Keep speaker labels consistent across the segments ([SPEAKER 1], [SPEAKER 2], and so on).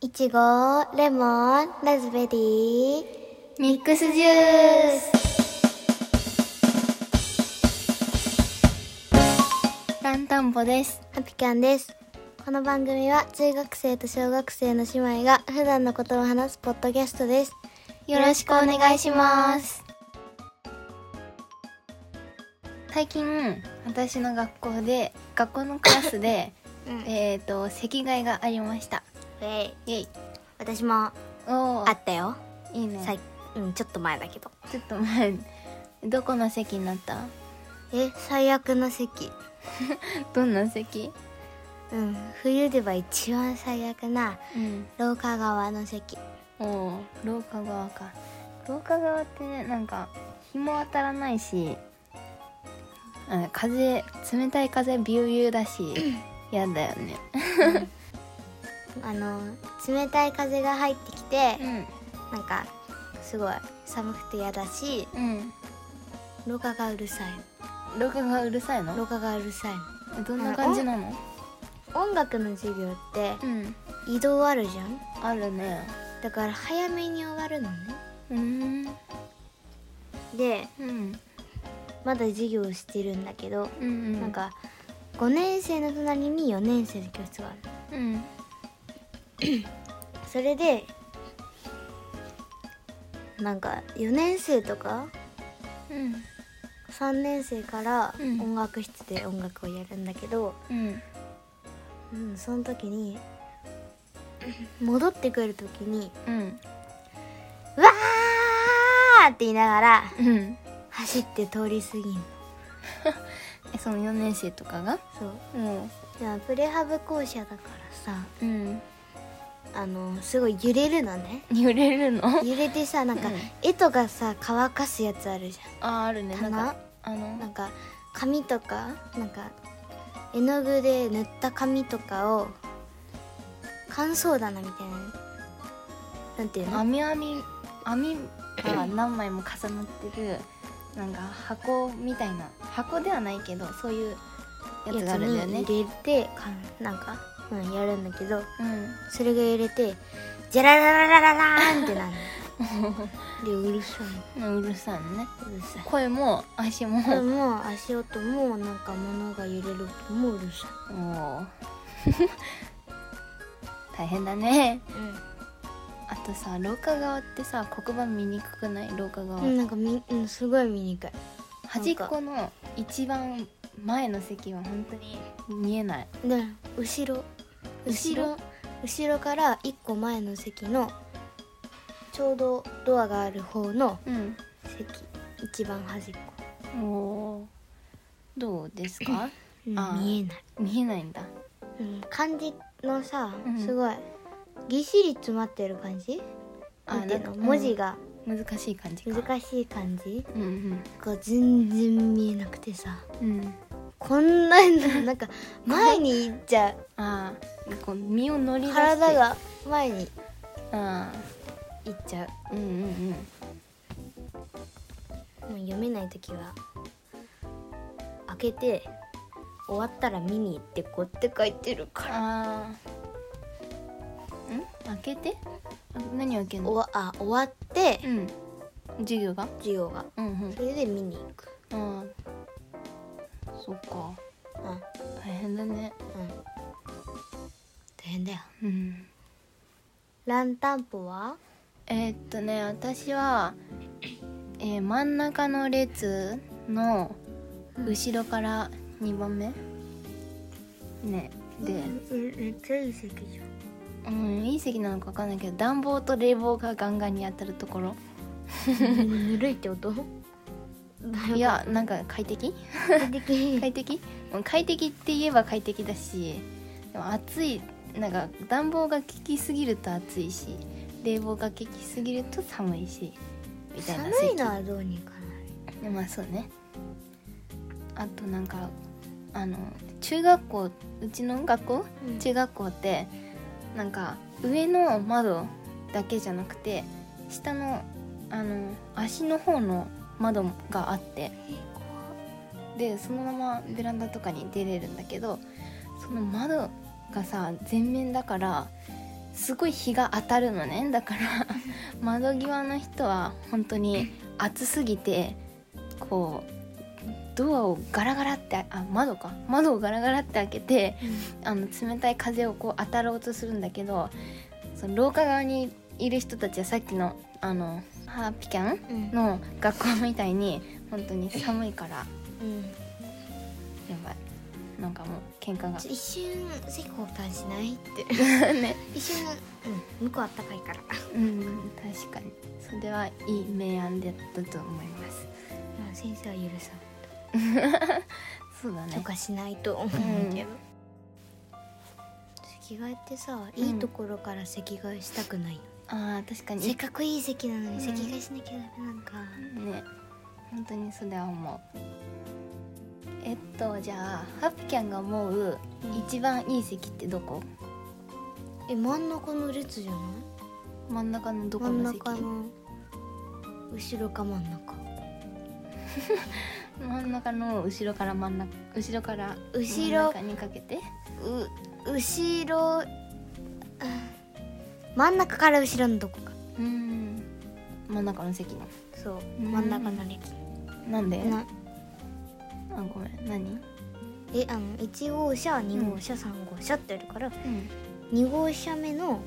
[SPEAKER 1] いちご、レモン、ラズベリー、
[SPEAKER 2] ミックスジュースランタンポです
[SPEAKER 1] ハピキャンです。この番組は中学生と小学生の姉妹が普段のことを話すポッドキャストです。
[SPEAKER 2] よろしくお願いします最近私の学校で学校のクラス で
[SPEAKER 1] うん
[SPEAKER 2] えっと席替えがありました
[SPEAKER 1] えい、
[SPEAKER 2] イエイ
[SPEAKER 1] 私もあ
[SPEAKER 2] おお
[SPEAKER 1] ったよ。
[SPEAKER 2] いいね
[SPEAKER 1] さい、うん、ちょっと前だけど。
[SPEAKER 2] ちょっと前どこの席になった
[SPEAKER 1] え、最悪の席。
[SPEAKER 2] どんな席
[SPEAKER 1] うん、冬では一番最悪な
[SPEAKER 2] うん
[SPEAKER 1] 廊下側の席。
[SPEAKER 2] おお廊下側か廊下側ってねなんか日も当たらないしあ風冷たい風ビュービューだ し嫌だよね
[SPEAKER 1] あの、冷たい風が入ってきて、
[SPEAKER 2] ん
[SPEAKER 1] なんか、すごい寒くて嫌だし、
[SPEAKER 2] うん
[SPEAKER 1] 廊下がうるさい
[SPEAKER 2] 廊下がうるさい
[SPEAKER 1] の。
[SPEAKER 2] の
[SPEAKER 1] 廊下がうるさいの。
[SPEAKER 2] どんな感じなの
[SPEAKER 1] 音楽の授業って
[SPEAKER 2] うん
[SPEAKER 1] 移動あるじゃん
[SPEAKER 2] あるね
[SPEAKER 1] だから早めに終わるのね
[SPEAKER 2] うーん
[SPEAKER 1] で
[SPEAKER 2] うん
[SPEAKER 1] まだ授業してるんだけど、
[SPEAKER 2] うん
[SPEAKER 1] なんか5年生の隣に4年生の教室があるの
[SPEAKER 2] うん
[SPEAKER 1] それでなんか4年生とか
[SPEAKER 2] うん
[SPEAKER 1] 3年生から
[SPEAKER 2] うん
[SPEAKER 1] 音楽室で音楽をやるんだけど、
[SPEAKER 2] うん
[SPEAKER 1] うん、その時に 戻ってくる時に
[SPEAKER 2] うん
[SPEAKER 1] 「わー!」って言いながら
[SPEAKER 2] うん
[SPEAKER 1] 走って通り過ぎんの
[SPEAKER 2] えその4年生とかが
[SPEAKER 1] そう
[SPEAKER 2] うん
[SPEAKER 1] いやプレハブ校舎だからさ
[SPEAKER 2] うん
[SPEAKER 1] あのすごい揺れるの ね
[SPEAKER 2] 揺れるの
[SPEAKER 1] 揺れてさなんか、
[SPEAKER 2] うん
[SPEAKER 1] 絵とかさ乾かすやつあるじ
[SPEAKER 2] ああるねなんかあ
[SPEAKER 1] ゃんな
[SPEAKER 2] の
[SPEAKER 1] んか紙とかなんか絵の具で塗った紙とかを乾燥棚みたいななんていうの
[SPEAKER 2] 網網網が何枚も重なってるなんか箱みたいな箱ではないけどそういうやつがあるんだよね
[SPEAKER 1] やつに入れてかなんか、うん、やるんだけど
[SPEAKER 2] うん
[SPEAKER 1] それが揺れてジャララララララーンって なるのでうるさいう
[SPEAKER 2] るさいのね
[SPEAKER 1] うるさい
[SPEAKER 2] 声も足も
[SPEAKER 1] でも足音もなんか物が揺れる音もうるさ
[SPEAKER 2] もう大変だね
[SPEAKER 1] い、
[SPEAKER 2] あとさ廊下側ってさ黒板見にくくない廊下側、
[SPEAKER 1] うん、なんかみ、うん、すごい醜い
[SPEAKER 2] 端っこの一番前の席は本当に見えない
[SPEAKER 1] で後ろ後ろ後ろから一個前の席のちょうどドアがある方の
[SPEAKER 2] うん
[SPEAKER 1] 席一番端っこ、
[SPEAKER 2] おーどうですか
[SPEAKER 1] うん
[SPEAKER 2] あー
[SPEAKER 1] 見えない、
[SPEAKER 2] 見えないんだ
[SPEAKER 1] うん、漢字のさ
[SPEAKER 2] うん
[SPEAKER 1] すごいぎっしり詰まってる感じ、
[SPEAKER 2] あ
[SPEAKER 1] なんていう
[SPEAKER 2] な
[SPEAKER 1] の
[SPEAKER 2] んか
[SPEAKER 1] 文字が
[SPEAKER 2] 難しい感じか
[SPEAKER 1] 難しい感じ
[SPEAKER 2] うん
[SPEAKER 1] が全然見えなくてさ
[SPEAKER 2] うんうん
[SPEAKER 1] こんなのなんか 前に行っちゃう
[SPEAKER 2] ああこう身を乗り出して
[SPEAKER 1] 体が前に
[SPEAKER 2] あ
[SPEAKER 1] 行っちゃう
[SPEAKER 2] ーうんうん
[SPEAKER 1] もう読めない時は開けて終わったら見に行ってこうって書いてる
[SPEAKER 2] うん
[SPEAKER 1] から
[SPEAKER 2] あーん開けてあ何開けん
[SPEAKER 1] お
[SPEAKER 2] の
[SPEAKER 1] わあ終わって
[SPEAKER 2] うん授業が
[SPEAKER 1] 授業が
[SPEAKER 2] うんうん
[SPEAKER 1] それで見に行く
[SPEAKER 2] ああそっか
[SPEAKER 1] うんうん
[SPEAKER 2] 大変だね
[SPEAKER 1] 大変だよ
[SPEAKER 2] うん
[SPEAKER 1] ランタンポは
[SPEAKER 2] えーっとね私は、えー真ん中の列の後ろから2番目、ねで、
[SPEAKER 1] めっちゃいい席じゃん
[SPEAKER 2] うん、いい席なのか分かんないけど暖房と冷房がガンガンに当たると ころ
[SPEAKER 1] ぬるいってこと
[SPEAKER 2] いやなんか快適 快適うん快適って言えば快適だしでも暑いなんか暖房が効きすぎると暑いし冷房が効きすぎると寒いしみたいな
[SPEAKER 1] 寒いのはどうにかな
[SPEAKER 2] でまあそうねあとなんかあの中学校うちの学校、
[SPEAKER 1] うん
[SPEAKER 2] 中学校ってなんか上の窓だけじゃなくて下のあの足の方の窓があってでそのままベランダとかに出れるんだけどその窓がさ全面だからすごい日が当たるのねだから 窓際の人は本当に暑すぎてこうドアをガラガラってあ窓か窓をガラガラって開けてあの冷たい風をこう当たろうとするんだけどその廊下側にいる人たちはさっきのあのハーピキャ
[SPEAKER 1] うん
[SPEAKER 2] ンの学校みたいに本当に寒いからや
[SPEAKER 1] うん
[SPEAKER 2] ばいなんかもう喧嘩が
[SPEAKER 1] ちょ一瞬席交換しないって
[SPEAKER 2] ね
[SPEAKER 1] 一瞬、うん、向こうあったかいから
[SPEAKER 2] うん確かにそれはいい明暗だったと思います
[SPEAKER 1] うん先生は許さ
[SPEAKER 2] そうだ
[SPEAKER 1] ん許
[SPEAKER 2] ね
[SPEAKER 1] 可しないと思うけど、
[SPEAKER 2] う
[SPEAKER 1] 席替えってさ
[SPEAKER 2] ん
[SPEAKER 1] いいところから席替えしたくないよね、
[SPEAKER 2] あー確かに
[SPEAKER 1] せっかくいい席なの
[SPEAKER 2] うん
[SPEAKER 1] に席替えしなきゃダメなんか、
[SPEAKER 2] ね本当にそれは思うえっとじゃあハッピキャンが思う一番いい席ってどこ
[SPEAKER 1] え真ん中の列じゃない
[SPEAKER 2] 真ん中のどこ
[SPEAKER 1] 真ん
[SPEAKER 2] の席
[SPEAKER 1] 中の後ろか真ん中
[SPEAKER 2] 真ん中の後ろから真ん中後ろから
[SPEAKER 1] 後
[SPEAKER 2] 真ん
[SPEAKER 1] ろ
[SPEAKER 2] 中にかけて
[SPEAKER 1] う後ろあ真ん中から後ろのどこか
[SPEAKER 2] うん真ん中の席の
[SPEAKER 1] そう
[SPEAKER 2] うん
[SPEAKER 1] 真ん中の列
[SPEAKER 2] なんで
[SPEAKER 1] な
[SPEAKER 2] あごめん何
[SPEAKER 1] えあの1号車2号車3号車ってあるから
[SPEAKER 2] うん
[SPEAKER 1] 2号車目の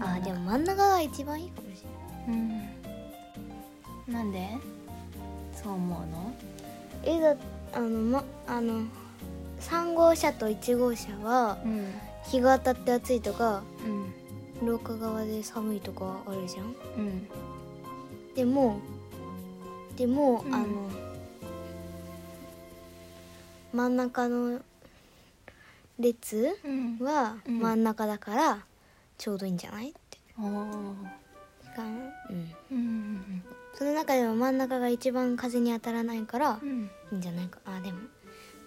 [SPEAKER 1] あ
[SPEAKER 2] 真ん中
[SPEAKER 1] でも真ん中が一番いいかもし
[SPEAKER 2] うんなんでそう思うの
[SPEAKER 1] れないえだあのまあの3号車と1号車は
[SPEAKER 2] うん
[SPEAKER 1] 日が当たって暑いとか
[SPEAKER 2] うん
[SPEAKER 1] 廊下側で寒いとかあるじゃん
[SPEAKER 2] うん
[SPEAKER 1] でもでも、
[SPEAKER 2] うん
[SPEAKER 1] あの真ん中の列
[SPEAKER 2] うん
[SPEAKER 1] は
[SPEAKER 2] うん
[SPEAKER 1] 真ん中だからちょうどいいんじゃないって
[SPEAKER 2] おー
[SPEAKER 1] 時間、
[SPEAKER 2] うん
[SPEAKER 1] その中でも真ん中が一番風に当たらないから
[SPEAKER 2] うんうん
[SPEAKER 1] いいんじゃないかあでも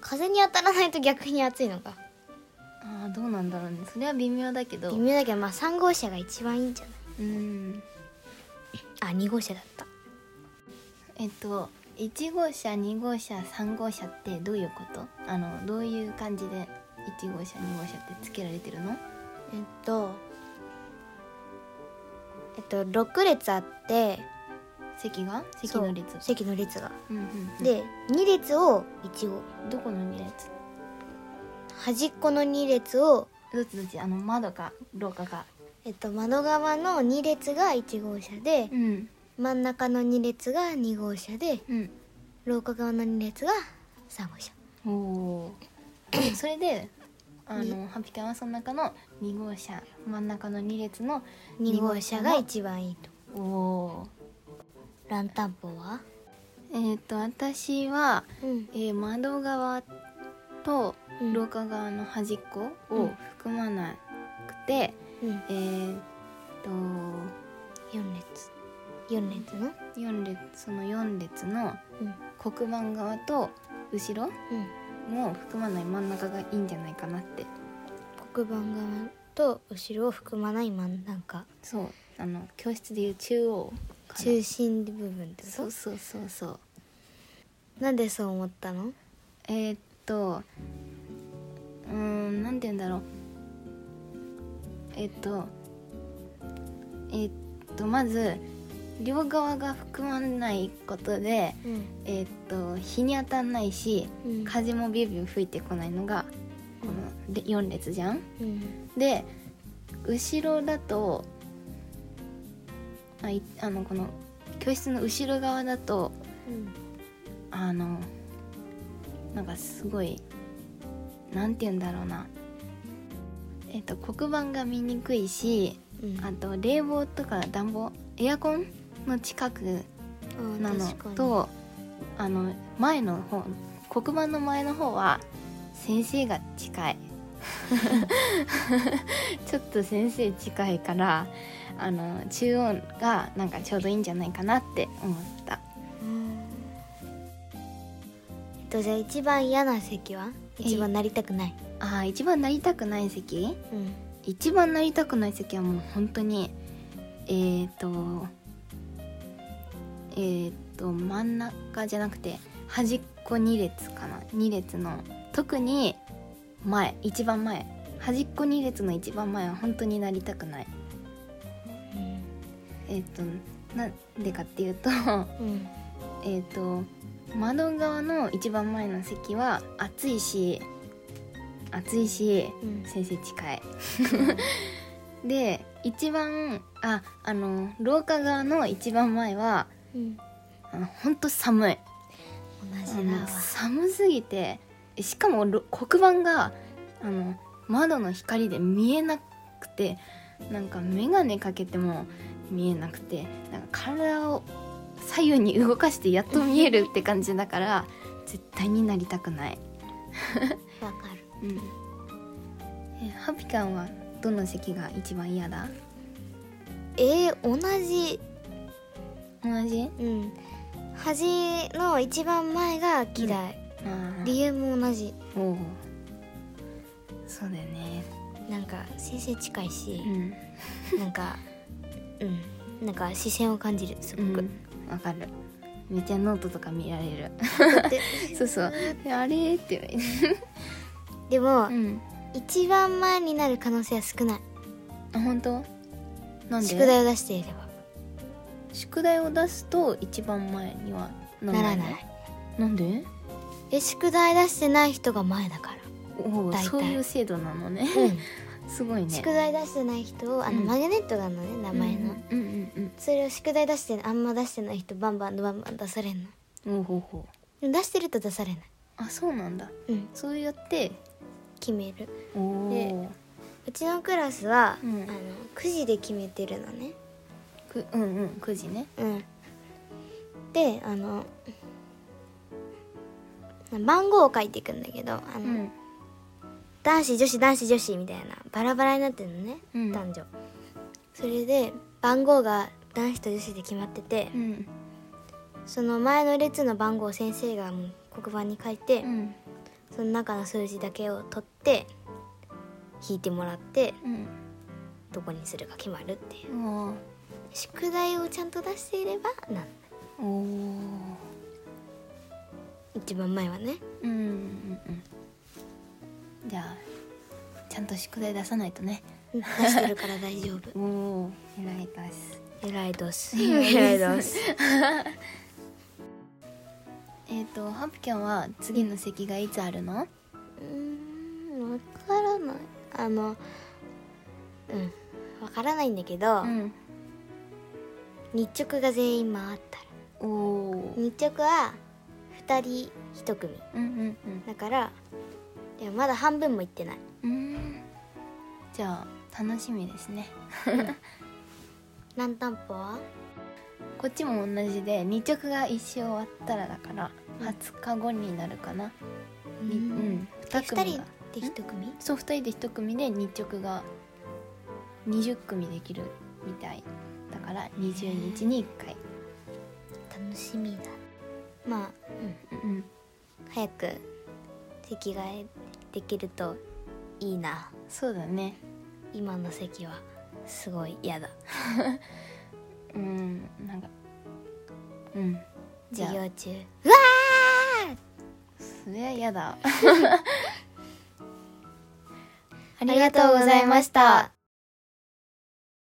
[SPEAKER 1] 風に当たらないと逆に暑いのか
[SPEAKER 2] あーどうなんだろうねそれは微妙だけど
[SPEAKER 1] 微妙だけどまあ3号車が一番いいんじゃない
[SPEAKER 2] うん
[SPEAKER 1] あ2号車だった
[SPEAKER 2] えっと1号車2号車3号車ってどういうことあのどういう感じで1号車2号車ってつけられてるの
[SPEAKER 1] えっとえっと6列あって
[SPEAKER 2] 席が席
[SPEAKER 1] そう
[SPEAKER 2] の列
[SPEAKER 1] 席の列が
[SPEAKER 2] うんうんうん
[SPEAKER 1] で2列を1号
[SPEAKER 2] どこの2列
[SPEAKER 1] 端っこの2列を、
[SPEAKER 2] どっちどっちあの窓か廊下か
[SPEAKER 1] えっと、窓側の2列が1号車で
[SPEAKER 2] うん
[SPEAKER 1] 真ん中の2列が2号車で
[SPEAKER 2] うん
[SPEAKER 1] 廊下側の2列が3号車
[SPEAKER 2] おお ーそれであの
[SPEAKER 1] に
[SPEAKER 2] ハピカンはその中の2号車真ん中の2列の
[SPEAKER 1] 2号車が
[SPEAKER 2] 二号
[SPEAKER 1] 一番いいと
[SPEAKER 2] おお
[SPEAKER 1] ランタンポは
[SPEAKER 2] ーえーっと私は、
[SPEAKER 1] うん
[SPEAKER 2] えー窓側と
[SPEAKER 1] うん
[SPEAKER 2] 廊下側の端っこを含まなくて、
[SPEAKER 1] うん
[SPEAKER 2] えーっと
[SPEAKER 1] 4列4列の
[SPEAKER 2] 四列その4列の
[SPEAKER 1] うん
[SPEAKER 2] 黒板側と後ろ
[SPEAKER 1] うん
[SPEAKER 2] も含まない真ん中がいいんじゃないかなって
[SPEAKER 1] 黒板側と後ろを含まない真ん中
[SPEAKER 2] そうあの教室でいう中央から
[SPEAKER 1] 中心部分ってこ
[SPEAKER 2] そうそうそうそう
[SPEAKER 1] となんでそう思ったの
[SPEAKER 2] えー、っとうーんなんて言うんだろうえーっとえーっとまず両側が含まないことで
[SPEAKER 1] うん
[SPEAKER 2] えーっと日に当たんないし
[SPEAKER 1] うん
[SPEAKER 2] 風もビュービュー吹いてこないのがこので4列じゃん
[SPEAKER 1] うん
[SPEAKER 2] で後ろだとあいあのこの教室の後ろ側だと
[SPEAKER 1] うん
[SPEAKER 2] あのなんかすごいなんて言うんだろうなえっと黒板が見にくいし
[SPEAKER 1] うん
[SPEAKER 2] あと冷房とか暖房エアコンの近く
[SPEAKER 1] ー
[SPEAKER 2] なの
[SPEAKER 1] 確かに
[SPEAKER 2] とあの前の方黒板の前の方は先生が 近いちょっと先生近いからあの中央がなんかちょうどいいんじゃないかなって思った
[SPEAKER 1] えっとじゃあ一番嫌な席は
[SPEAKER 2] えい
[SPEAKER 1] 一番なりたくない、
[SPEAKER 2] あー一番なりたくない席
[SPEAKER 1] うん
[SPEAKER 2] 一番なりたくない席はもう本当にえー、とえー、と真ん中じゃなくて端っこ2列かな2列の特に前一番前端っこ2列の一番前は本当になりたくないえっ、となんでかっていうと
[SPEAKER 1] うん
[SPEAKER 2] えっと窓側の一番前の席は暑いし暑いし
[SPEAKER 1] うん
[SPEAKER 2] 先生近い で一番ああの廊下側の一番前は
[SPEAKER 1] うん
[SPEAKER 2] あのほんと寒い
[SPEAKER 1] 同
[SPEAKER 2] あ
[SPEAKER 1] じだ
[SPEAKER 2] の
[SPEAKER 1] わ
[SPEAKER 2] 寒すぎてしかもろ黒板があの窓の光で見えなくてなんか眼鏡かけても見えなくてなんか体を左右に動かしてやっと見えるって感じだから 絶対になりたくない、
[SPEAKER 1] わかる
[SPEAKER 2] うん、えハピカンはどの席が一番嫌だ
[SPEAKER 1] えー、同じ
[SPEAKER 2] 同じ
[SPEAKER 1] うん端の一番前が嫌い、
[SPEAKER 2] あー
[SPEAKER 1] 理由も同じ
[SPEAKER 2] おうそうだよね
[SPEAKER 1] なんか先生近いし
[SPEAKER 2] う、ん
[SPEAKER 1] なんかうんなんか視線を感じるすごく、
[SPEAKER 2] わ、かるめっちゃノートとか見られる
[SPEAKER 1] で
[SPEAKER 2] そうそうであれーって言わ
[SPEAKER 1] でも、
[SPEAKER 2] れるうん
[SPEAKER 1] 一番前になる可能性は少ない
[SPEAKER 2] あ本当なんで
[SPEAKER 1] 宿題を出していれば
[SPEAKER 2] 宿題を出すと一番前にはな
[SPEAKER 1] ならない
[SPEAKER 2] なんで
[SPEAKER 1] え宿題出してない人が前だから、
[SPEAKER 2] おお
[SPEAKER 1] 大体
[SPEAKER 2] そういう制度なのね すごいね
[SPEAKER 1] 宿題出してない人をあの、
[SPEAKER 2] うん
[SPEAKER 1] マグネットがあるのね名前の、
[SPEAKER 2] うんうん
[SPEAKER 1] それを宿題出してあんま出してない人バンバンバンバン出されん
[SPEAKER 2] うんうんおうほうほう
[SPEAKER 1] の出してると出されない
[SPEAKER 2] あそうなんだ
[SPEAKER 1] うん
[SPEAKER 2] そうやって
[SPEAKER 1] 決める
[SPEAKER 2] おお
[SPEAKER 1] うちのクラスは、
[SPEAKER 2] うん
[SPEAKER 1] あの9時で決めてるのね
[SPEAKER 2] くうんうん9時ね
[SPEAKER 1] うんであの番号を書いていくんだけどあの、
[SPEAKER 2] うん
[SPEAKER 1] 男子女子男子女子みたいなバラバラになってるのね、
[SPEAKER 2] うん
[SPEAKER 1] 男女それで番号が男子と女子で決まってて、
[SPEAKER 2] うん
[SPEAKER 1] その前の列の番号を先生がもう黒板に書いて、
[SPEAKER 2] うん
[SPEAKER 1] その中の数字だけを取って引いてもらって
[SPEAKER 2] うん
[SPEAKER 1] どこにするか決まるっていう
[SPEAKER 2] おー
[SPEAKER 1] 宿題をちゃんと出していればなん
[SPEAKER 2] おお
[SPEAKER 1] 一番前はね
[SPEAKER 2] うんうんうんじゃあちゃんと宿題出さないとね
[SPEAKER 1] 出してるから大丈夫
[SPEAKER 2] おお偉いです
[SPEAKER 1] 偉いどす
[SPEAKER 2] 偉
[SPEAKER 1] 偉
[SPEAKER 2] い
[SPEAKER 1] い
[SPEAKER 2] ど
[SPEAKER 1] ど
[SPEAKER 2] す
[SPEAKER 1] す
[SPEAKER 2] えっ、とハプキャンは次の席がいつあるの
[SPEAKER 1] うーんわからないあのうんわからないんだけど、
[SPEAKER 2] ん
[SPEAKER 1] 日直が全員回ったら
[SPEAKER 2] おお
[SPEAKER 1] 日直は2人1組
[SPEAKER 2] うん
[SPEAKER 1] だからいやまだ半分も行ってない
[SPEAKER 2] うんうんうんじゃあ楽しみですね
[SPEAKER 1] 何担保は
[SPEAKER 2] こっちも同じで日直が一周終わったらだから20日後になるかな、
[SPEAKER 1] う
[SPEAKER 2] にうん、2
[SPEAKER 1] 2人
[SPEAKER 2] 組
[SPEAKER 1] で
[SPEAKER 2] が
[SPEAKER 1] 1組
[SPEAKER 2] そう2人で1組で日直が20組できるみたいだから20日に1回
[SPEAKER 1] 楽しみだまあ、う
[SPEAKER 2] うん
[SPEAKER 1] ん、早く席替えできるといいな
[SPEAKER 2] そうだね
[SPEAKER 1] 今の席はすごい嫌だ
[SPEAKER 2] うんなんかうんじゃ
[SPEAKER 1] 授
[SPEAKER 2] あ
[SPEAKER 1] 業中うわー
[SPEAKER 2] それは 嫌だ あ
[SPEAKER 1] ありがとうございました。